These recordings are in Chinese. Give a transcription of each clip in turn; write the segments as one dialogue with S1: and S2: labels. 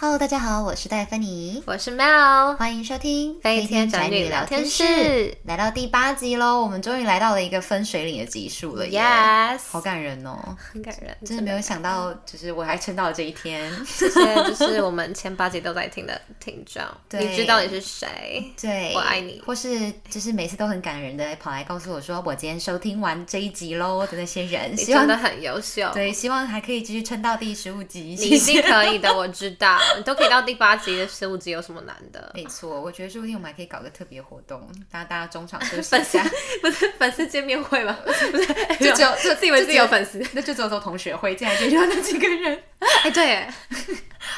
S1: Hello，大家好，我是戴芬妮，
S2: 我是 Mel，
S1: 欢迎收听
S2: 飞天宅女聊天室，
S1: 来到第八集喽，我们终于来到了一个分水岭的集数了耶
S2: ，Yes，
S1: 好感人 哦，
S2: 很感人，
S1: 真的没有想到，就是我还撑到了这一 天。
S2: 这些就是我们前八集都在听的听众，
S1: 对
S2: 你知道你是谁？
S1: 对，
S2: 我爱你
S1: 或是就是每次都很感人的跑来告诉我说，我今天收听完这一集喽的那些人，
S2: 你
S1: 希
S2: 真
S1: 望
S2: 的很优秀，
S1: 对，希望还可以继续撑到第十五集，
S2: 你一
S1: 谢谢。
S2: 定可以的，我知道，你都可以到第八集的十五集，有什么难的？
S1: 没错，我觉得说不定我们还可以搞个特别活动，大家大家中场休息
S2: 粉
S1: 一
S2: 丝
S1: 下，
S2: 不是粉丝见面会吗？ 不是，
S1: 就只有就
S2: 自以为自己有 粉丝。
S1: 那就只有做同学会，竟然就有那几个人。
S2: 哎，对耶，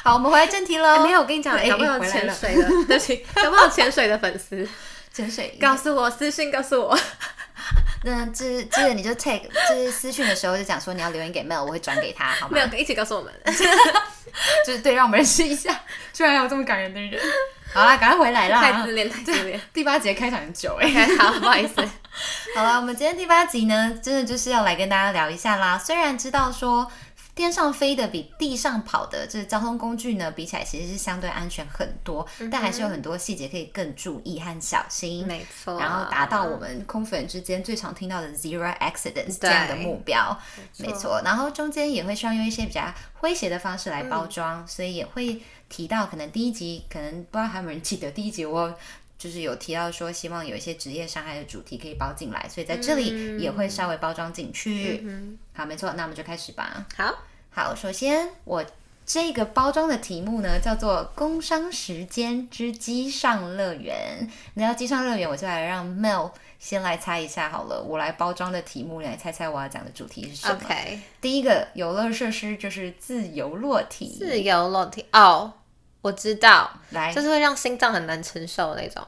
S1: 好，我们回来正题喽。
S2: 没有，我跟你讲，
S1: 哎
S2: 搞不好
S1: 哎回来
S2: 潜
S1: 了
S2: 水的， 对不起，搞不好潜水的 粉丝，
S1: 潜水。
S2: 告诉我私信告诉我，
S1: 那记记得你就 take 就是私讯的时候就讲说你要留言给 Mel，我会转给他，好吗
S2: 没？有一起告诉我们。
S1: 就是对，让我们认识一下，居然有这么感人的人。 好啦，赶快回来
S2: 太
S1: 啦
S2: 自！恋，太自恋。
S1: 第八节开场很久哎、
S2: OK，好，不好意思。
S1: 好了，我们今天第八集呢，真的就是要来跟大家聊一下啦。虽然知道说天上飞的比地上跑的这交通工具呢，比起来其实是相对安全很多，但还是有很多细节可以更注意和小心。
S2: 没错，
S1: 然后达到我们空粉之间最常听到的 zero accidents 这
S2: 对
S1: 样的目标，
S2: 没
S1: 没
S2: 错
S1: 错。然后中间也会希望用一些比较诙谐的方式来包装，所以也会提到可能第一集，可能不知道还有没有人记得第一集我。就是有提到说，希望有一些职业伤害的主题可以包进来，所以在这里也会稍微包装进
S2: 嗯
S1: 去。好，没错，那我们就开始吧。
S2: 好，
S1: 好，首先我这个包装的题目呢，叫做《工商时间之机上乐园》。你要机上乐园，我就来让 Mel 先来猜一下好了。我来包装的题目，你来猜猜我要讲的主题是什么
S2: OK，
S1: 第一个游乐设施就是自由落体，
S2: 自由落体哦，我知道，
S1: 来
S2: 就是会让心脏很难承受的那种。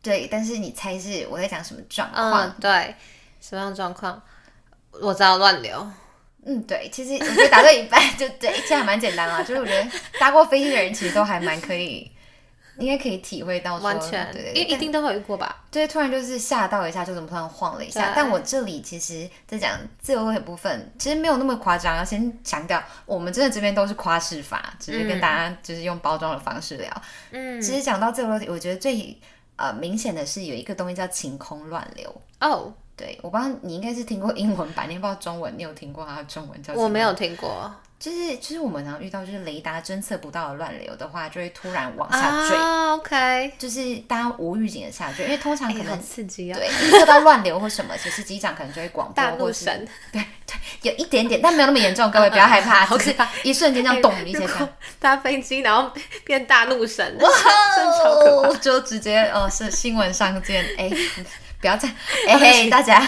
S1: 对，但是你猜是我在讲什么状况？
S2: 嗯，对，什么样的状况？我知道乱流，
S1: 嗯对，其实我觉得答对一半就对，其实还蛮简单啦。就是 我觉得搭过飞机的人其实都还蛮可以，应该可以体会到说，
S2: 完全，
S1: 对对
S2: 因
S1: 对
S2: 为一定都会遇过吧？
S1: 对，突然就是吓到一下，就怎么突然晃了一下
S2: 对。
S1: 但我这里其实在讲自由落体部分，其实没有那么夸张。要先强调，我们真的这边都是夸饰法，只是跟大家就是用包装的方式聊。
S2: 嗯，
S1: 其实讲到自由落体，我觉得最呃明显的是有一个东西叫晴空乱流。
S2: 哦，
S1: 对，我不知道你应该是听过英文版，你也不知道中文，你有听过它的中文叫？
S2: 我没，有听过
S1: 就是就是我们常遇到就是雷达侦测不到的乱流的话，就会突然往下坠，
S2: 啊。OK，
S1: 就是大家无预警的下坠，因为通常
S2: 哎，
S1: 哎可能
S2: 好刺激啊！
S1: 对，预测到乱流或什么，其实机长可能就会广播，
S2: 大
S1: 或
S2: 怒
S1: 是
S2: 神，
S1: 有一点点，但没有那么严重，各位不要害怕，
S2: 嗯好
S1: 就
S2: 可
S1: 是
S2: 怕
S1: 一瞬间这样
S2: 哎
S1: 咚 一下
S2: 如
S1: 这样
S2: 果，搭飞机然后 变大怒神，
S1: 哇哦
S2: 真的超可怕。
S1: 怕，就直接哦是新闻上见，哎，不要再 哎嘿，大家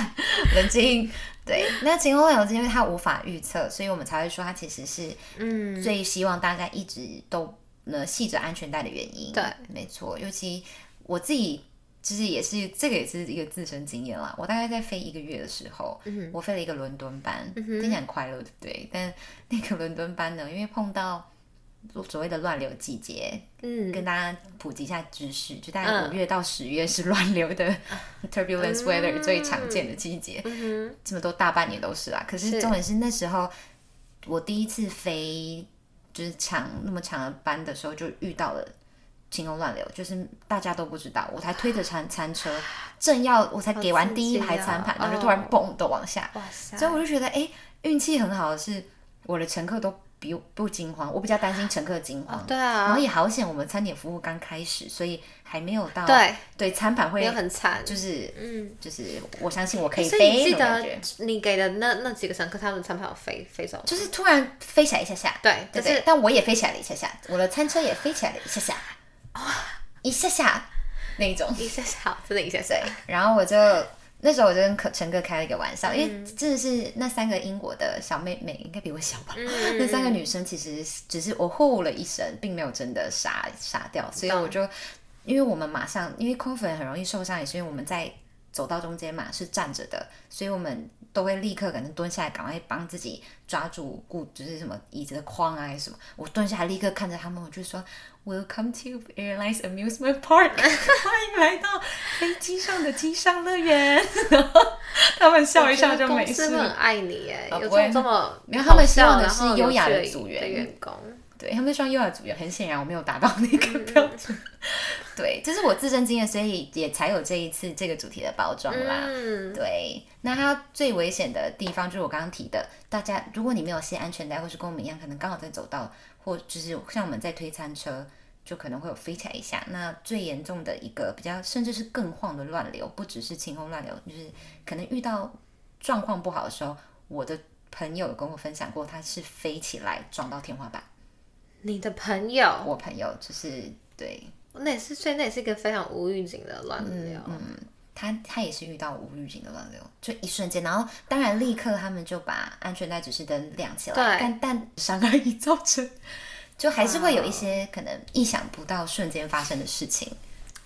S1: 冷静。对，那晴空流是因为它无法预测，所以我们才会说它其实是
S2: 嗯，
S1: 最希望大家一直都呢系着安全带的原因。
S2: 对，
S1: 没错，尤其我自己。就是也是这个也是一个自身经验啦。我大概在飞一个月的时候，
S2: 嗯
S1: 我飞了一个伦敦班，听起来很快乐，对不对？但那个伦敦班呢，因为碰到所谓的乱流季节，
S2: 嗯，
S1: 跟大家普及一下知识，就大概五月到十月是乱流 的 turbulence weather 最常见的季节，
S2: 嗯
S1: 这么多大半年都是啊。可是
S2: 是
S1: 重点是那时候我第一次飞就是长那么长的班的时候，就遇到了。晴空乱流，就是大家都不知道，我才推着餐餐车， 正要我才给
S2: 好
S1: 完
S2: 刺
S1: 第一
S2: 激
S1: 排
S2: 啊
S1: 餐盘，然后就
S2: 哦
S1: 突然嘣的往下，
S2: 哼，哇塞
S1: 所以我就觉得，哎、运气很好的是，我的乘客都不不惊慌，我比较担心乘客惊慌。
S2: 对
S1: 然
S2: 啊
S1: 后，也好险，我们餐点服务刚开始，所以还没有到
S2: 对，
S1: 对餐盘
S2: 没
S1: 会
S2: 有很惨，
S1: 就是
S2: 嗯。
S1: 就是我相信我可以
S2: 所以你
S1: 飞
S2: 记
S1: 那种感觉，
S2: 得你给的那那几个乘客，他们餐盘有飞飞走吗？
S1: 就是突然飞起来一下下，
S2: 对，
S1: 对
S2: 就
S1: 不对
S2: 是
S1: 但我也飞起来了一下下，我的餐车也飞起来了一下下，一下下那一种。
S2: 一下下，好真的一下下
S1: 对。，然后我就那时候我就跟可陈哥开了一个玩笑，因
S2: 嗯
S1: 为真的是那三个英国的小妹妹，应该比我小吧？
S2: 嗯
S1: 那三个女生其实只是我吼了一声，并没有真的傻傻掉，所以我就因为我们马上因为空粉很容易受伤，也是因为我们在。走到中间嘛，是站着的，所以我们都会立刻可能蹲下来，赶快帮自己抓住固，就是什么椅子的框啊，还是什么。我蹲下来，立刻看着他们，我就说：“Welcome to Airlines Amusement Park，欢 迎来到飞机上的机上乐园。” 他们笑一笑就没
S2: 公司
S1: 事
S2: 会
S1: 了。
S2: 很爱你耶，
S1: 啊
S2: 有这
S1: 不会
S2: 种这么
S1: 没有他们希望的
S2: 好笑
S1: 是优雅的
S2: 然后有趣
S1: 组员
S2: 的员工。
S1: 对他们那双幼儿组员，很显然我没有达到那个标准。
S2: 嗯
S1: 对，这是我自身经验，所以也才有这一次这个主题的包装啦。
S2: 嗯，
S1: 对，那它最危险的地方就是我刚刚提的，大家如果你没有系安全带，或是跟我们一样，可能刚好在走道，或就是像我们在推餐车，就可能会有飞起来一下。那最严重的一个比较，甚至是更晃的乱流，不只是晴空乱流，就是可能遇到状况不好的时候，我的朋友有跟我分享过，他是飞起来撞到天花板。
S2: 你的朋友，
S1: 我朋友就是对，
S2: 那也是，所以那也是一个非常无预警的乱流。
S1: 嗯他他也是遇到无预警的乱流，就一瞬间，然后当然立刻他们就把安全带指示灯亮起来，
S2: 对
S1: 但但 伤害已造成，就还是
S2: 嗯
S1: 会有一些可能意想不到瞬间发生的事情。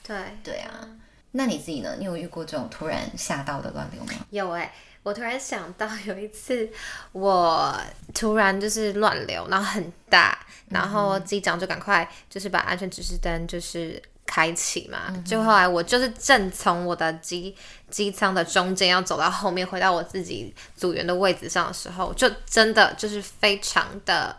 S2: 对，
S1: 嗯对啊，那你自己呢？你有遇过这种突然吓到的乱流吗？
S2: 有哎、我突然想到有一次，我突然就是乱流，然后很大，然后机长就赶快就是把安全指示灯就是开启嘛，就后来我就是正从我的机机舱的中间要走到后面，回到我自己组员的位置上的时候，就真的就是非常的，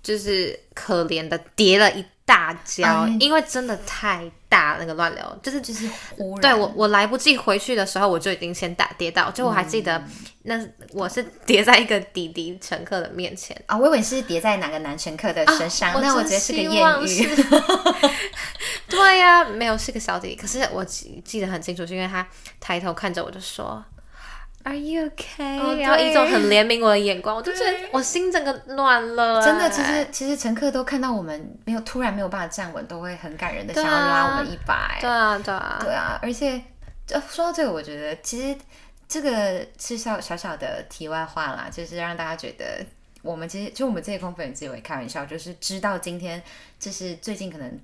S2: 就是可怜的跌了一大跤，
S1: 哎
S2: 因为真的太大那个乱流，就是就
S1: 就是忽然，
S2: 对我，我来不及回去的时候，我就已经先打跌倒，就我还记得，
S1: 嗯
S2: 那我是跌在一个滴滴乘客的面前，
S1: 啊、我以为是叠在哪个男乘客的身上，
S2: 啊我
S1: 那我
S2: 真
S1: 觉得是个
S2: 希望
S1: 艳遇。
S2: 是对呀、没有是个小弟，可是我记记得很清楚，是因为他抬头看着我就说。Are you okay？、
S1: 哦
S2: 然后
S1: 对
S2: 一种很怜悯我的眼光，我就觉得我心整个乱 了、
S1: 真的，
S2: 哎
S1: 其实其实乘客都看到我们没有突然没有办法站稳，都会很感人的
S2: 对
S1: 想
S2: 啊
S1: 要拉我们一把、哎
S2: 对啊，对啊，
S1: 对啊，而且就说到这个，我觉得其实这个是小小小的题外话啦，就是让大家觉得我们其实就我们这些空服员自己会开玩笑，就是知道今天就是最近可能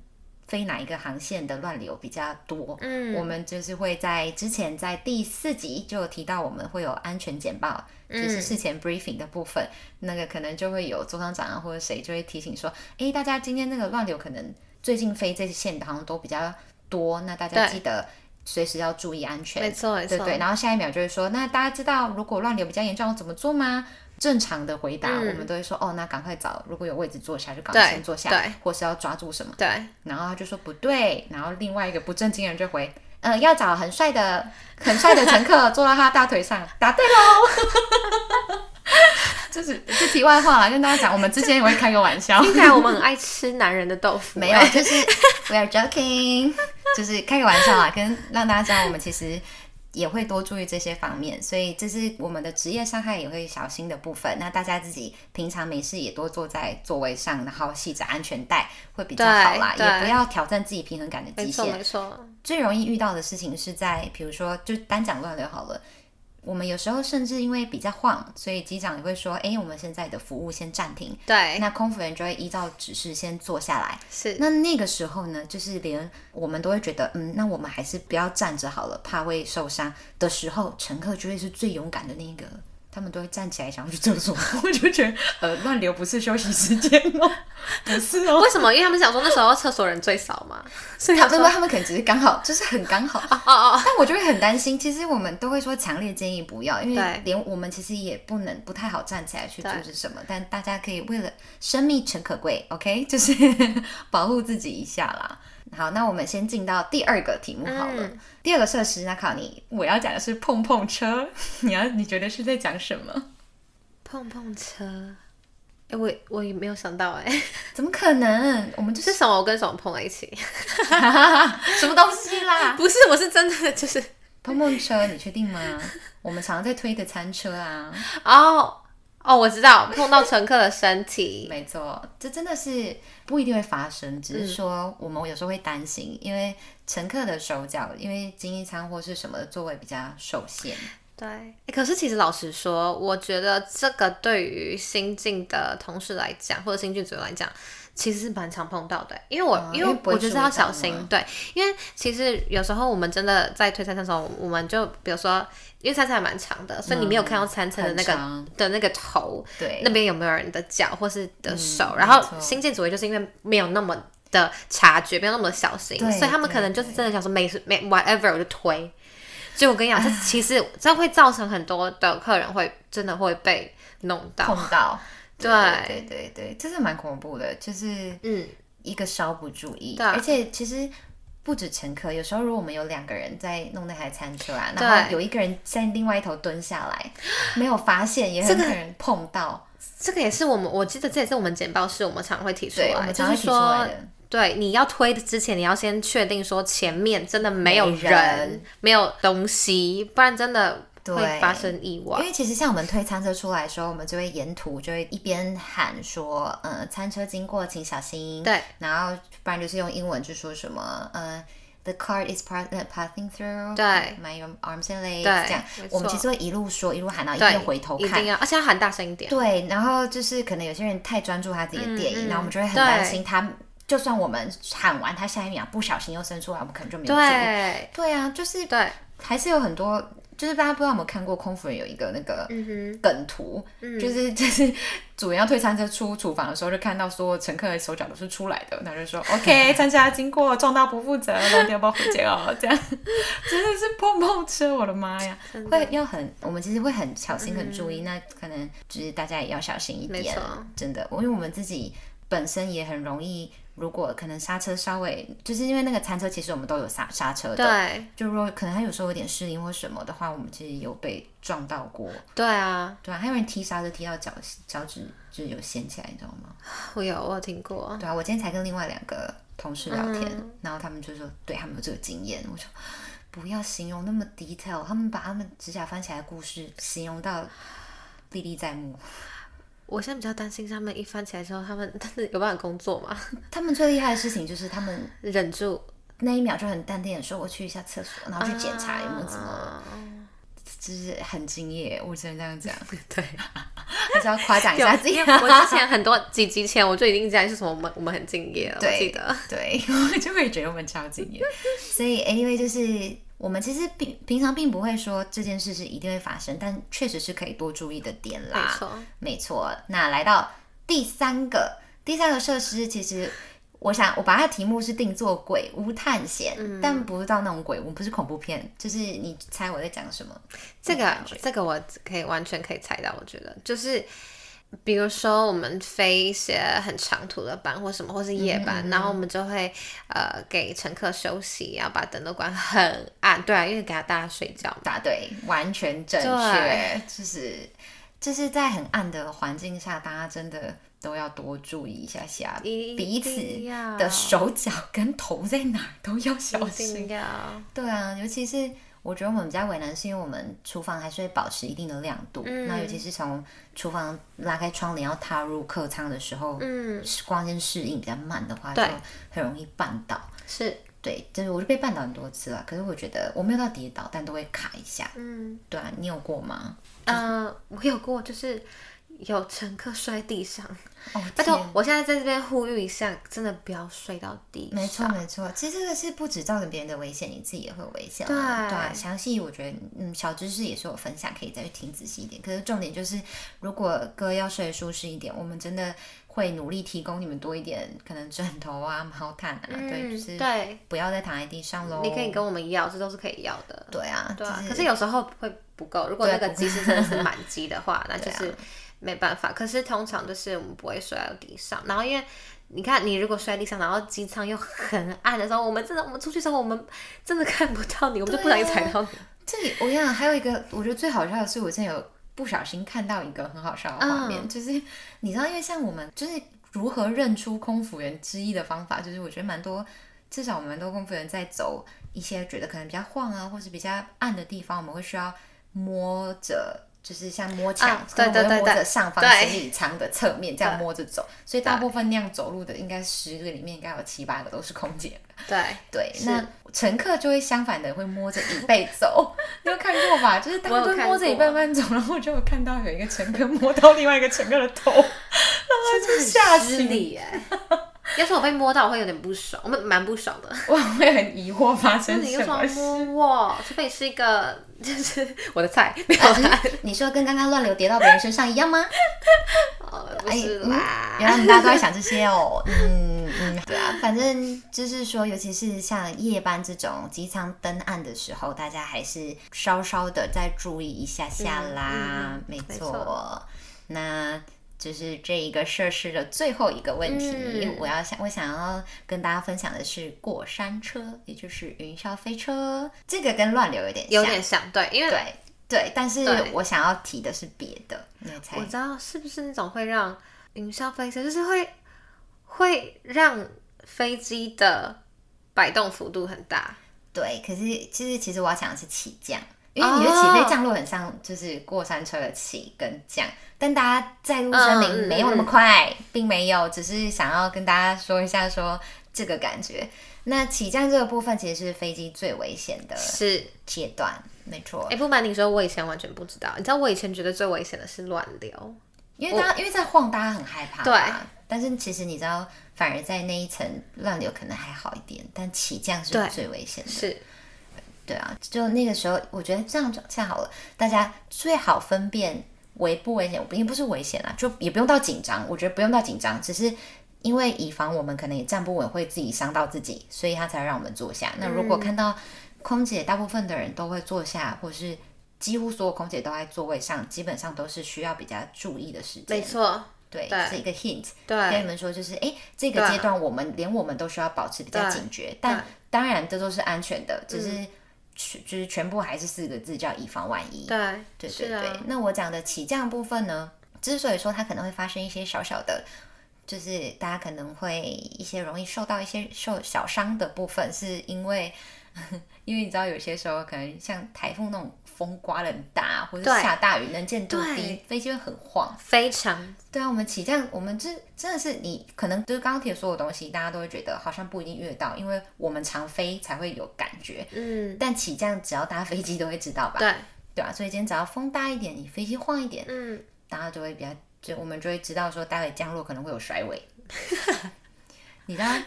S1: 飞哪一个航线的乱流比较多。
S2: 嗯，
S1: 我们就是会在之前在第四集就有提到，我们会有安全简报，
S2: 嗯
S1: 就是事前 briefing 的部分，那个可能就会有座舱长啊或者谁就会提醒说，诶，大家今天那个乱流可能最近飞这些线好像都比较多，那大家
S2: 对
S1: 记得随时要注意安全。
S2: 没错，没错，
S1: 对对，然后下一秒就会说，那大家知道如果乱流比较严重要怎么做吗？正常的回答，
S2: 嗯
S1: 我们都会说，哦，那赶快找，如果有位置坐下就赶
S2: 对
S1: 快先坐下
S2: 对，
S1: 或是要抓住什么。
S2: 对，
S1: 然后他就说不对，然后另外一个不正经的人就回，呃，要找很帅的、很帅的乘客坐到他大腿上， 答对喽。就是 这题外话啦，跟大家讲，我们之前也会开个玩笑，
S2: 听起来我们很爱吃男人的豆腐、哎
S1: 没有，就是 we are joking，就是 开个玩笑啦，跟让大家知道我们其实也会多注意这些方面，所以这是我们的职业伤害也会小心的部分。那大家自己平常没事也多坐在座位上，然后系着安全带会比较好啦，
S2: 对
S1: 也
S2: 对
S1: 不要挑战自己平衡感的
S2: 没
S1: 极
S2: 错，
S1: 限。
S2: 没错，
S1: 最容易遇到的事情是在，比如说，就单讲乱流好了。我们有时候甚至因为比较晃，所以机长也会说：“哎、我们现在的服务先暂停。”
S2: 对，
S1: 那空服员就会依照指示先坐下来。
S2: 是。
S1: 那那个时候呢，就是连我们都会觉得，嗯，那我们还是不要站着好了，怕会受伤的时候，乘客就会是最勇敢的那一个，他们都会站起来想要去厕所。 我就觉得，呃，乱流不是休息时间哦， 不是哦。
S2: 为什么？因为他们想说那时候厕所人最少嘛，所 以
S1: 他
S2: 他
S1: 们
S2: 说
S1: 他们可能只是刚好，就是很刚好，
S2: 哦哦，
S1: 但我就会很担心。其实我们都会说强烈建议不要，因
S2: 对
S1: 为连我们其实也不能不太好站起来去阻
S2: 对
S1: 止什么。但大家可以为了生命诚可贵，OK，就是 保护自己一下啦。好，那我们先进到第二个题目好了。
S2: 嗯
S1: 第二个设施，那考你，我要讲的是碰碰车。 你要你觉得是在讲什么？
S2: 碰碰车，哎、我我也没有想到哎、
S1: 怎么可能？我们就是
S2: 是什么？我跟什么碰在 一起？
S1: 什么东西啦？
S2: 不是，我是真 的就是
S1: 碰碰车，你确定吗？我们常常在推的餐车啊。
S2: 哦哦，我知道碰到乘客的身体，
S1: 没错，这真的是不一定会发生，只
S2: 嗯
S1: 是说我们有时候会担心，因为乘客的手脚，因为经济舱或是什么的座位比较受限。
S2: 对、诶可是其实老实说，我觉得这个对于新进的同事来讲，或者新进组员来讲，其实是蛮常碰到的。因为我、
S1: 哦
S2: 因
S1: 因为
S2: 为
S1: 不会
S2: 我觉得要小
S1: 注意到
S2: 心，对，因为其实有时候我们真的在推餐车的时候，我们就比如说，因为餐车还蛮长的，所以你没有看到餐车的那个、
S1: 很长
S2: 的那个头，
S1: 对，
S2: 那边有没有人的脚或是的手，
S1: 嗯
S2: 然
S1: 没
S2: 后
S1: 错
S2: 新进组员就是因为没有那么。的察觉没有那么小心，
S1: 对
S2: 所以他们
S1: 对
S2: 可能就是真的想说没事没 whatever 我就推，所以我跟你讲，这
S1: 哦
S2: 其实这会造成很多的客人会真的会被弄到，
S1: 碰到。对对对，这是蛮恐怖的，就是
S2: 嗯，
S1: 一个稍不注意，
S2: 对啊
S1: 而且其实。不止乘客，有时候如果我们有两个人在弄那台餐车啊，
S2: 对
S1: 然后有一个人在另外一头蹲下来，没有发现，也很可能碰到。
S2: 这个也是我们，我记得这也是我们简报室我们常会提出
S1: 对，我
S2: 来，
S1: 们
S2: 就
S1: 常会
S2: 是
S1: 提出来
S2: 说
S1: 的，。
S2: 对，你要推的之前，你要先确定说前面真的没有
S1: 没
S2: 人、
S1: 人
S2: 没有东西，不然真的会
S1: 对
S2: 发生意外
S1: 因。为其实像我们推餐车出来的时候，我们就会沿途就会一边喊说，呃，餐车经过，请小心。
S2: 对，
S1: 然后不然就是用英文就说什么，呃，the car is pa- uh, passing through，
S2: 对
S1: ，my arms and legs，
S2: 对
S1: 这样
S2: 没，错
S1: 我们其实会一路说，一路喊到一
S2: 对，
S1: 定回头
S2: 一定
S1: 看。
S2: 要，而且要喊大声一点。
S1: 对，然后就是可能有些人太专注他自己的电影，
S2: 嗯嗯
S1: 然后我们就会很
S2: 对
S1: 担心他，就算我们喊完，他下一秒不小心又伸出来，我们可能就没有注意。
S2: 对
S1: 对啊，就是
S2: 对，
S1: 还是有很多，就是大家不知道有没有看过空服人有一个那个
S2: 嗯
S1: 梗图，就是 就是主人要推餐车出厨房的时候，就看到所有乘客的手脚都是出来的，他就 说 OK，餐车要经过，撞到不负责，龙掉包回结哦，这样 真的是碰碰车，我的妈呀，会要很，我们其实会很小心很注意，那可能就是大家也要小心一
S2: 嗯没
S1: 点
S2: 错，
S1: 真的，因为我们自己本身也很容易。如果可能刹车稍微，就是因为那个餐车，其实我们都有刹刹车的，
S2: 对
S1: 就如果可能他有时候有点失灵或什么的话，我们其实有被撞到过，
S2: 对啊，
S1: 对啊，还有人踢刹车踢到脚脚趾就是有掀起来，你知道吗？
S2: 我有我有听过，
S1: 对啊，我今天才跟另外两个同事聊天，
S2: 嗯
S1: 然后他们就说对他们有这个经验，我说不要形容那么 detail，他们把他们指甲翻起来的故事形容到历历在 目，
S2: 我现在比较担心他们一翻起来之后，他们但是有办法工作吗？
S1: 他们最厉害的事情就是他们
S2: 忍住，
S1: 那一秒就很淡定的说我去一下厕所，然后去检查有没有怎么了，
S2: 啊
S1: 就是很敬业，我只能这样讲，
S2: 对，
S1: 还是要夸奖一下自己。
S2: 我之前很 多几集前我就已经在说什么我们我们很敬业了，我
S1: 对
S2: 记得。
S1: 对，我就会觉得我们超敬 业。所以 anyway，就是我们其实平平常并不会说这件事是一定会发生，但确实是可以多注意的点啦。
S2: 没错，
S1: 没错。那来到第三个，第三个设施其实。我想，我把它的题目是定做鬼屋探险，
S2: 嗯
S1: 但不是到那种鬼屋，不是恐怖片，就是你猜我在讲什么？那
S2: 这
S1: 种
S2: 个
S1: 感觉
S2: 这个我可以完全可以猜到，我觉得就是。比如说，我们飞一些很长途的班或什么，或是夜
S1: 嗯
S2: 班，然后我们就会呃给乘客休息，然后把灯都关很暗，对啊，因为给他大家睡觉嘛。
S1: 答对，完全正确
S2: 对，
S1: 就是就是在很暗的环境下，大家真的都要多注意一下下
S2: 一
S1: 彼此
S2: 定要
S1: 的手脚跟头在哪儿都要小
S2: 一定
S1: 心。
S2: 要
S1: 对啊，尤其是我觉得我们比较为难，是因为我们厨房还是会保持一定的亮度，
S2: 嗯
S1: 那尤其是从厨房拉开窗帘要踏入客舱的时候，
S2: 嗯，
S1: 光线适应比较慢的话，就
S2: 对
S1: 很容易绊倒。
S2: 是，
S1: 对，就是我就被绊倒很多次了，可是我觉得我没有到跌倒，但都会卡一下。
S2: 嗯
S1: 对啊，你有过吗？
S2: 呃，我有过就是有乘客摔地上，
S1: 哦，
S2: 拜
S1: 天
S2: 托，我现在在这边呼吁一下，真的不要摔到地上。
S1: 没错没错，其实这个是不止造成别人的危险，你自己也会有危险啦。
S2: 对
S1: 对啊，详细我觉得嗯小知识也是有分享，可以再去听仔细一点。可是重点就是，如果哥要睡得舒适一点，我们真的会努力提供你们多一点可能枕头啊、毛毯啊，对，就
S2: 嗯，
S1: 是
S2: 对，
S1: 不要再躺在地上喽。
S2: 你可以跟我们要，这都是可以要的。
S1: 对啊，
S2: 对啊，
S1: 就
S2: 可是有时候会不够，如果
S1: 对
S2: 那个
S1: 不够
S2: 鸡翅真的是满鸡的话， 那就
S1: 对啊
S2: 是没办法。可是通常就是我们不会摔到地上，然后因为。你看，你如果摔地上，然后机舱又很暗的时候，我们真的，我们出去之后，我们真的看不到你，我们就不小心踩到你。
S1: 这里我跟你讲，还有一个我觉得最好笑的是，我之前有不小心看到一个很好笑的画
S2: 嗯
S1: 面，就是 你知道，因为像我们就是如何认出空服员之一的方法，就是我觉得蛮多，至少我们蛮多空服员在走一些觉得可能比较晃啊，或是比较暗的地方，我们会需要摸着。就是像摸墙，
S2: 啊
S1: 可能
S2: 对对
S1: 我会
S2: 对
S1: 摸着
S2: 对
S1: 上方
S2: 对
S1: 行李舱的侧面，这样
S2: 对
S1: 摸着走。所以大部分那样走路的，应该十个里面应该有七八个都是空姐。
S2: 对，
S1: 对，啊
S2: 是
S1: 那乘客就会相反的会摸着椅背 走，你有看过吧？就是他们
S2: 我有
S1: 都
S2: 看
S1: 摸着椅
S2: 过
S1: 背慢慢走，然后我就有看到有一个乘客摸到另外一个乘客的 头，然后就吓
S2: 很
S1: 死
S2: 失礼哎。要是我被摸到，我会有点不爽，我们蛮不爽的。
S1: 我会很疑惑发
S2: 就是
S1: 生
S2: 你
S1: 什么
S2: 又说
S1: 事。
S2: 摸我，除非你是一个，就是我的菜，没有啦。
S1: 啊嗯你说跟刚刚乱流跌到别人身上一样吗？
S2: 哦， 不是
S1: 嗯
S2: 啦。
S1: 原来你大家都在想这些哦，嗯嗯，对啊，反正就是说，尤其是像夜班这种机舱灯暗的时候，大家还是
S2: 嗯
S1: 稍稍的再注意一下下啦，没
S2: 没错
S1: 那就是这一个设施的最后一个问题，
S2: 嗯
S1: 我要想我想要跟大家分享的是过山车，也就是云霄飞车，这个跟乱流有点像，
S2: 有点像，对，因为
S1: 对对，但是
S2: 对
S1: 我想要提的是别的，你来猜
S2: 我知道是不是那种会让云霄飞车，就是会会让飞机的摆动幅度很大，
S1: 对，可是其实其实我要讲的是起降，因为你的起
S2: 哦
S1: 飞降落很像就是过山车的起跟降，但大家在路声
S2: 嗯嗯
S1: 明没有那么快，并没有，只是想要跟大家说一下说这个感觉。那起降这个部分其实是飞机最危险的
S2: 是。
S1: 阶段，没错
S2: 哎、，不瞒你说，我以前完全不知道。你知道我以前觉得最危险的是乱流，
S1: 因为大家因为在晃，大家很害怕，
S2: 对。
S1: 但是其实你知道，反而在那一层乱流可能还好一点，但起降是
S2: 对
S1: 最危险的。
S2: 是
S1: 对啊，就那个时候，我觉得这样这样好了，大家最好分辨危不危险，也不是危险啦，就也不用到紧张，我觉得不用到紧张，只是因为以防我们可能也站不稳，会自己伤到自己，所以他才让我们坐下。那如
S2: 嗯
S1: 果看到空姐，大部分的人都会坐下，或是几乎所有空姐都在座位上，基本上都是需要比较注意的时
S2: 没
S1: 间。
S2: 错，
S1: 对，
S2: 对
S1: 是一个 hint。跟
S2: 对
S1: 你们说，就是哎，诶这个
S2: 对
S1: 阶段我们连我们都需要保持比较警觉，但当然这都是安全的，
S2: 嗯
S1: 就是全、就是全部还是四个字叫以防万一。
S2: 对
S1: 对对
S2: 是
S1: 对。
S2: 啊，
S1: 那我讲的起降部分呢，之所以说它可能会发生一些小小的。就是大家可能会一些容易受到一些受小伤的部分，是因为 因为你知道有些时候可能像台风那种风刮得很大，或者
S2: 对
S1: 下大雨，能见度
S2: 对
S1: 低，飞机会很晃。
S2: 非常
S1: 对啊，我们起降，我们这真的是你可能就是钢铁所有东西，大家都会觉得好像不一定遇得到，因为我们常飞才会有感觉。
S2: 嗯，
S1: 但起降只要搭飞机都会知道吧？
S2: 对，
S1: 对啊，所以今天只要风大一点，你飞机晃一点，
S2: 嗯，
S1: 大家就会比较，就我们就会知道说，待会降落可能会有甩尾， 你知道吗，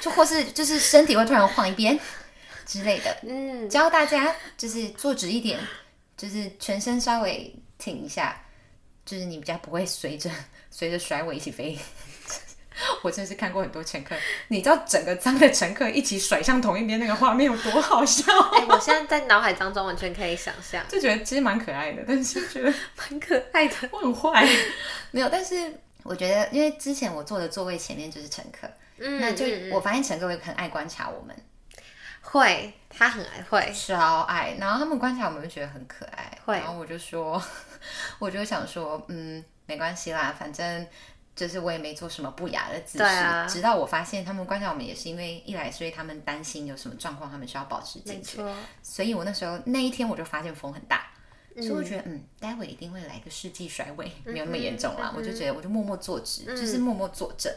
S1: 就或是就是身体会突然晃一边之类的。
S2: 嗯，
S1: 教大家就是坐直一点，就是全身稍微挺一下，就是你比较不会随着 随着甩尾一起飞。 我真的是看过很多乘客，你知道整个脏的乘客一起甩向同一边那个画面有多好笑，
S2: 哎、我现在在脑海当中完全可以想象，
S1: 就觉得其实蛮可爱的，但是觉得
S2: 蛮可 爱的。
S1: 我很坏。没有，但是我觉得，因为之前我坐的座位前面就是乘客，
S2: 嗯，
S1: 那就
S2: 嗯嗯
S1: 我发现乘客会很爱观察我们，
S2: 会，他很爱会，
S1: 超爱，然后他们观察我们就觉得很可爱，
S2: 会
S1: 然后我就说， 我就想说，嗯，没关系啦，反正就是我也没做什么不雅的姿势，
S2: 对啊
S1: 直到我发现他们观察我们也是因为一来，所以他们担心有什么状况，他们需要保持警
S2: 没
S1: 觉，
S2: 错，
S1: 所以我那时候那一天我就发现风很大。所以我觉得，嗯，待会一定会来个世纪甩尾，没有那么严重啦。我就觉得，我就默默坐直，就是默默坐正。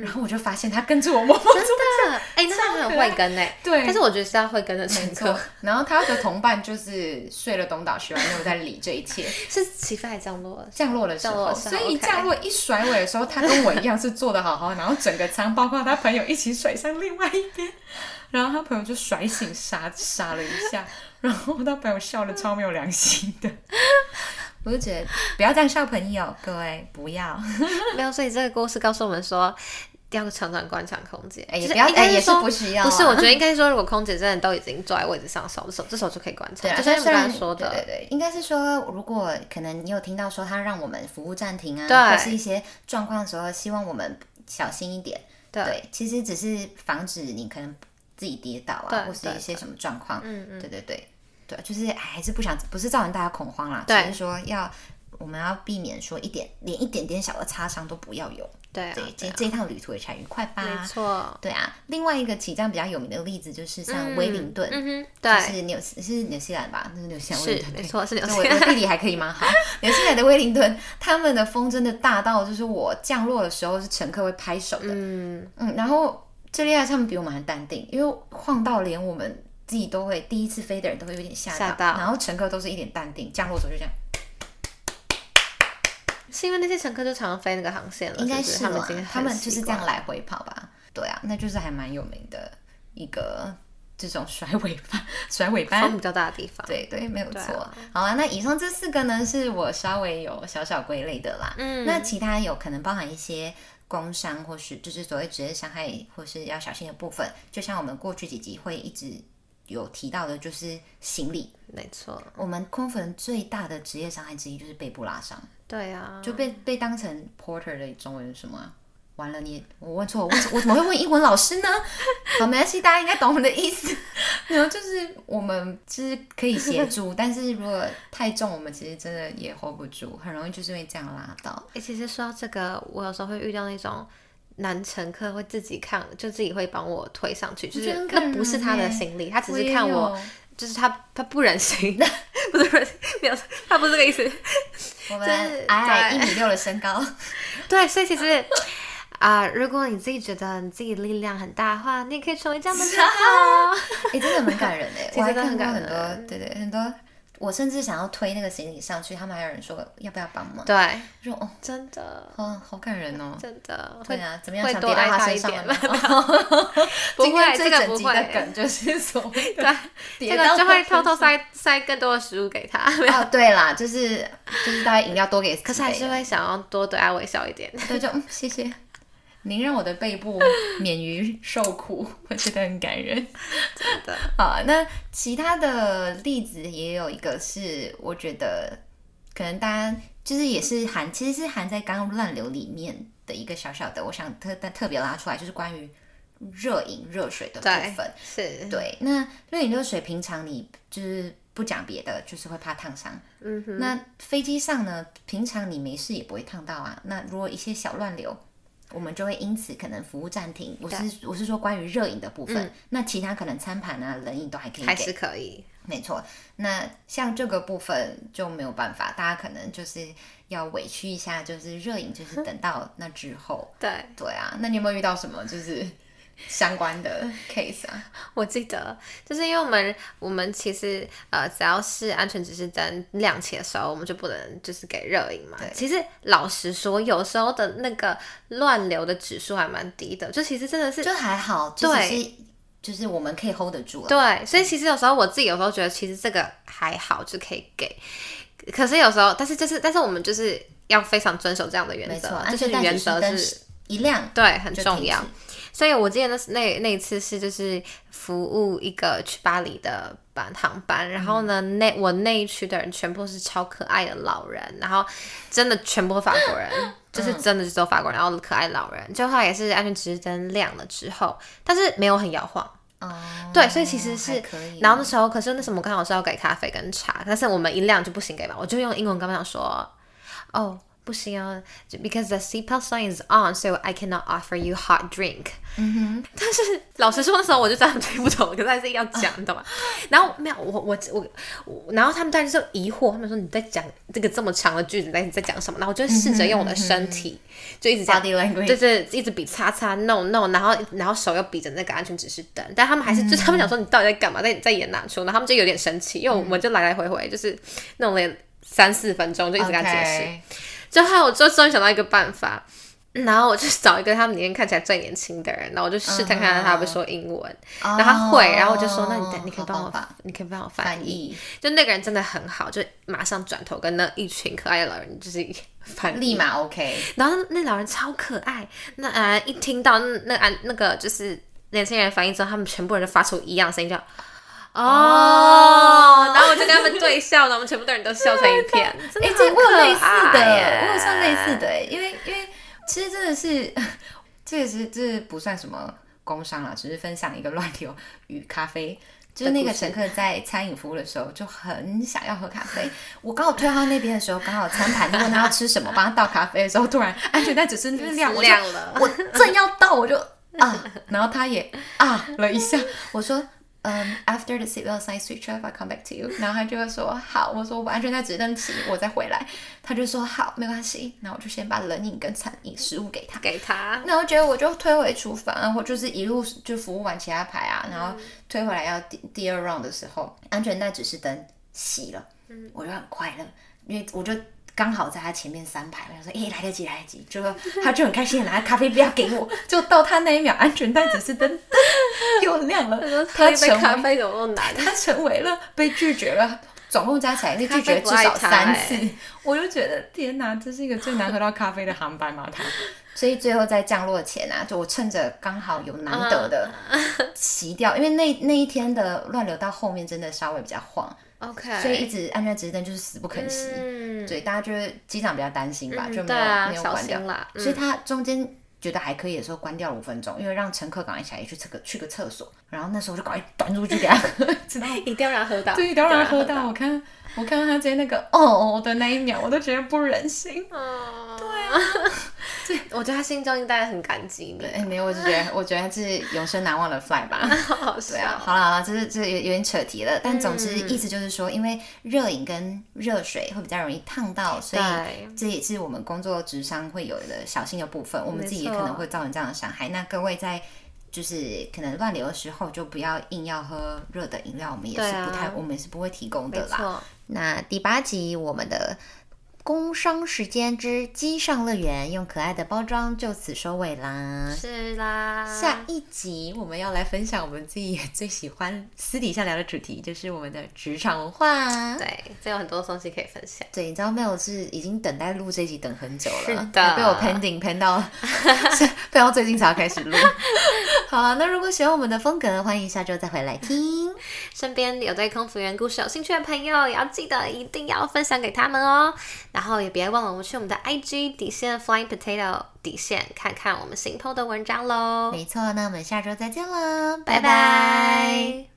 S1: 然后我就发现他跟着我默默 坐正，
S2: 真的，哎、那他很会跟哎、
S1: 对
S2: 但是我觉得是要会跟的乘
S1: 没
S2: 客
S1: 错，然后他的同伴就是睡了东倒西歪，没有在理这一切。
S2: 是起飞还降落，
S1: 降落的时
S2: 降落
S1: 候，
S2: 的时候
S1: 所以
S2: OK
S1: 降落一甩尾的时候，他跟我一样是坐的好好， 然后整个舱包括他朋友一起甩向另外一边，然后他朋友就甩醒傻傻了一下，然后他朋友笑的超没有良心 的。我就觉得不要这样笑朋友，各位不要，
S2: 没有，所以这个故事告诉我们说，要常常观察空姐，
S1: 哎也
S2: 就是
S1: 不要
S2: 应该
S1: 哎也是
S2: 说
S1: 不需要啊
S2: 不是，我觉得应该说，如果空姐真的都已经坐在位置上手的时候，这时候就可以观察， 就像你
S1: 虽
S2: 们
S1: 然
S2: 刚才说
S1: 对
S2: 的，
S1: 对对，应该是说，如果可能你有听到说他让我们服务暂停啊，
S2: 对
S1: 或是一些状况的时候，希望我们小心一点。
S2: 对
S1: 其实只是防止你可能自己跌倒
S2: 对
S1: 啊，或是
S2: 对
S1: 一些什么状况。
S2: 嗯
S1: 对对对对，就是还是不想，不是造成大家恐慌啦，只
S2: 对
S1: 是说要。我们要避免说一点连一点点小的擦伤都不要有，
S2: 对啊
S1: 对，这
S2: 对啊
S1: 这一趟旅途也才愉快吧。
S2: 没错，
S1: 对啊，另外一个起降比较有名的例子就是像
S2: 嗯
S1: 威灵顿，
S2: 嗯哼，
S1: 就
S2: 对，
S1: 是纽是纽西兰吧？那是纽西兰威灵
S2: 是
S1: 顿，
S2: 没
S1: 对
S2: 错，是
S1: 对
S2: 纽
S1: 我
S2: 西
S1: 我
S2: 兰，
S1: 地理还可以蛮好。纽西兰的威灵顿，他们的风真的大到，就是我降落的时候是乘客会拍手的。
S2: 嗯，
S1: 嗯，然后最厉害，他们比我们还淡定，因为晃到连我们自己都会第一次飞的人都会有点吓到，
S2: 吓到
S1: 然后乘客都是一脸淡定，降落的时候就这样。
S2: 是因为那些乘客就常常飞那个航线了，
S1: 应该
S2: 是不
S1: 是
S2: 哦是
S1: 啦
S2: 他们已经
S1: 他们就是这样
S2: 了，
S1: 来回跑吧。对啊，那就是还蛮有名的一个这种甩尾巴、 甩尾巴
S2: 风比较大的地方，
S1: 对对，没有错。
S2: 对啊
S1: 好啊，那以上这四个呢，是我稍微有小小归类的啦。
S2: 嗯
S1: 那其他有可能包含一些工伤，或是就是所谓职业伤害，或是要小心的部分。就像我们过去几集会一直有提到的，就是行李。
S2: 没错，
S1: 我们空服人最大的职业伤害之一就是背部拉伤，
S2: 对啊，
S1: 就被被当成 porter 的中文是什么啊、完了你，我问错，我我怎么会问英文老师呢？ 好，没关系，大家应该懂我们的意思。 然后就是我们就是可以协 助，但是如果太重，我们其实真的也 hold 不住，很容易就是因为这样拉到。
S2: 哎、其实说到这个，我有时候会遇到那种男乘客会自己看，就自己会帮我推上去，就
S1: 觉得
S2: 是
S1: 很感
S2: 那不是
S1: 人
S2: 他的
S1: 欸
S2: 行李，他只是
S1: 也
S2: 看我，
S1: 有
S2: 就是他他不忍心， 不是不是没有，他不是这个意思。
S1: 我们
S2: 就是
S1: 矮矮一
S2: 对
S1: 米六的身 高，
S2: 对，所以其实啊、如果你自己觉得你自己力量很大的话，你也可以成为这样的人哦。
S1: 哎、真的蛮感人哎、
S2: 其实
S1: 我还
S2: 真的
S1: 看
S2: 很
S1: 过
S2: 感
S1: 很多，
S2: 人
S1: 对对，很多。我甚至想要推那个行李上去，他们还有人说要不要帮忙，
S2: 对，
S1: 我说哦，
S2: 真的
S1: 好好感人哦。
S2: 真的
S1: 对啊，怎么样
S2: 会
S1: 想
S2: 多
S1: 跌到
S2: 爱
S1: 他
S2: 他
S1: 身
S2: 一
S1: 上
S2: 点
S1: 了吗？
S2: 不
S1: 今天
S2: 会，
S1: 这
S2: 这个
S1: 整
S2: 不
S1: 集
S2: 会
S1: 的。梗就是 所谓的
S2: 对，
S1: 跌
S2: 这
S1: 到
S2: 个就会
S1: 他
S2: 偷偷
S1: 身上。
S2: 塞塞更多的食物给 他，
S1: 哦，对啦，就是就是大家饮料多给，
S2: 可
S1: 可
S2: 是还是会想要多对他微笑一点。
S1: 对，就嗯，谢谢。您让我的背部免于受苦，我觉得很感人。
S2: 真的，
S1: 好，那其他的例子也有一个是，我觉得可能大家就是也是含，其实是含在刚刚乱流里面的一个小小的，我想特但特别拉出来，就是关于热饮热水的部
S2: 对
S1: 分。，
S2: 是，
S1: 对，那热饮热水平常你就是不讲别的，就是会怕烫伤。
S2: 嗯哼，
S1: 那飞机上呢，平常你没事也不会烫到啊。那如果一些小乱流，我们就会因此可能服务暂停。我是我是说关于热饮的部分，那其他可能餐盘啊、冷饮都还可以
S2: 嗯还
S1: 给。
S2: 是可以。
S1: 没错，那像这个部分就没有办法，大家可能就是要委屈一下，就是热饮就是等到那之后。
S2: 对，
S1: 对啊，那你有没有遇到什么就是相关的 case 啊？
S2: 我记得，就是因为我们我们其实呃，只要是安全指示灯亮起的时候，我们就不能就是给热饮嘛
S1: 对。
S2: 其实老实说，有时候的那个乱流的指数还蛮低的，就其实真的是
S1: 就还好，就只是就是我们可以 hold 得住啊了。
S2: 对，所以其实有时候我自己有时候觉得，其实这个还好就可以给，可是有时候，但是就是，但是我们就是要非常遵守这样的原
S1: 没错，啊
S2: 则，
S1: 安
S2: 就是
S1: 全带
S2: 原
S1: 指示
S2: 则
S1: 灯
S2: 是
S1: 一亮
S2: 对很
S1: 就
S2: 重
S1: 停
S2: 要
S1: 止。
S2: 所以我记得那那那一次是就是服务一个去巴黎的班航班，然后呢，那我那一区的人全部是超可爱的老人，然后真的全部法国人，就是真的就只有法国人，然后可爱老人，就后来也是安全指示灯亮了之后，但是没有很摇晃。
S1: 哦，
S2: 对，所以其实是
S1: 还可以，
S2: 然后那时候，可是那什么，刚好是要给咖啡跟茶，但是我们一亮就不行给嘛，我就用英文跟他们讲说，哦，不行啊就，because the seatbelt sign is on, so I cannot offer you hot drink。嗯哼，但是老实说，那时候我就真的听不懂，可是还是要讲，你懂吗？然后没有，我我我我，然后他们当时就疑惑，他们说你在讲这个这么长的句子，你在你在讲什么？然后我就试着用我的身体，就一直
S1: 嗯
S2: 讲
S1: Body language
S2: 就是一直比叉叉 no no，然后然后手又比着那个安全指示灯，但他们
S1: 嗯
S2: 还是、就是他们想说你到底在干嘛，在在演哪出？然后他们就有点生气，因为我
S1: 嗯
S2: 们就来来回回就是弄了三四分钟，就一直跟他解释。
S1: OK
S2: 就后来我就终于想到一个办法，然后我就找一个他们里面看起来最年轻的人，然后我就试探看看他会不会说英文
S1: 哦
S2: 然后他会，然后我就说：“那你等，你可以
S1: 好
S2: 帮我
S1: 方法，
S2: 你可以帮我哦翻
S1: 翻译，
S2: 就那个人真的很好，就马上转头跟那一群可爱的老人就是翻译
S1: 立马 OK，
S2: 然后那老人超可爱，那呃一听到那那啊那个就是年轻人翻译之后，他们全部人都发出一样的声音，叫哦，然后我就跟他们对笑，然后我们全部的人都笑成一片， 真的
S1: 哎、
S2: 很
S1: 这我有类似
S2: 可爱
S1: 的耶，
S2: 耶
S1: 我有上类似的哎耶，因为因为其实真的是， 这也是这不算什么工伤啦，只是分享一个乱流与咖啡。就是那个乘客在餐饮服务的时候就很想要喝咖啡，我刚好推到他那边的时候，刚好餐盘就问他要吃什么，帮他倒咖啡的时候，突然安全带只剩亮，我就
S2: 亮了
S1: 我正要到我就啊，然后他也啊了一下，我说。嗯、a f t e r the seatbelt sign switch off, I come back to you。然后他就会说好，我说我把安全带指灯起，我再回来。他就说好，没关系。然后我就先把冷饮跟餐饮食物给他。
S2: 给他，
S1: 然后结果我就推回厨房，然后就是一路就服务完其他牌啊，然后推回来要第第二 round 的时候，安全带指示灯熄了，我就很快乐，因为我就。刚好在他前面三排，我想说，诶、来得及，来得及。就他就很开心的拿咖啡杯要给我，就到他那一秒，安全带指示灯 又亮了，他
S2: 喝一
S1: 成
S2: 杯
S1: 为
S2: 咖啡怎么那么难？
S1: 他成为了被拒绝了，总共加起来那拒哎 绝至少三次，我就觉得天哪，这是一个最难喝到咖啡的航班嘛？他所以最后在降落前啊，就我趁着刚好有难得的骑掉，因为那那一天的乱流到后面真的稍微比较晃，
S2: OK，
S1: 所以一直按照指示灯就是死不肯熄。
S2: 嗯，
S1: 对，大家就是机长比较担心吧，
S2: 嗯
S1: 就没
S2: 对
S1: 有、
S2: 啊
S1: 没有
S2: 小
S1: 关掉
S2: 心啦嗯
S1: 所以他中间觉得还可以的时候关掉了五分钟，因为让乘客赶快下来去厕个去个厕所，然后那时候我就赶快端出去给他喝， 知道吗？
S2: 嗯 一定要让他喝到，
S1: 对，当然喝到，我看我看到他直接那个哦哦的那一秒，我都觉得不忍心。
S2: 嗯，对啊，对，我觉得他心中应该很感激你，
S1: 哎，没有，我就觉得我觉得是永生难忘的 fly 吧。
S2: 好好
S1: 对啊，
S2: 笑，
S1: 好了好了，这是这有有点扯题了，但总之意思就是说，因为热饮跟热水会比较容易烫到，所
S2: 对
S1: 以这也是我们工作职商会有的小心的部分，我们
S2: 没
S1: 自己也可
S2: 错
S1: 能会造成这样的伤害。那各位在就是可能乱流的时候，就不要硬要喝热的饮料，我们也
S2: 对
S1: 是
S2: 啊
S1: 不太，我们也是不会提供
S2: 没
S1: 的啦。
S2: 错，
S1: 那第八集我们的工商时间之机上乐园，用可爱的包装就此收尾啦。
S2: 是啦，
S1: 下一集我们要来分享我们自己也最喜欢私底下聊的主题，就是我们的职场文化。
S2: 对，这有很多东西可以分享，
S1: 对，你知道 Mel 是已经等待录这集等很久了，
S2: 是的
S1: 还被我 pending pending 到 是 pending 到最近才要开始录。好了，那如果喜欢我们的风格，欢迎下周再回来听。
S2: 身边有对空服员故事有兴趣的朋友，也要记得一定要分享给他们哦。然后也别忘了我们去我们的 IG 底线 Flying Potato 底线看看我们新 PO 的文章喽。
S1: 没错，那我们下周再见了，
S2: 拜
S1: 拜拜
S2: 拜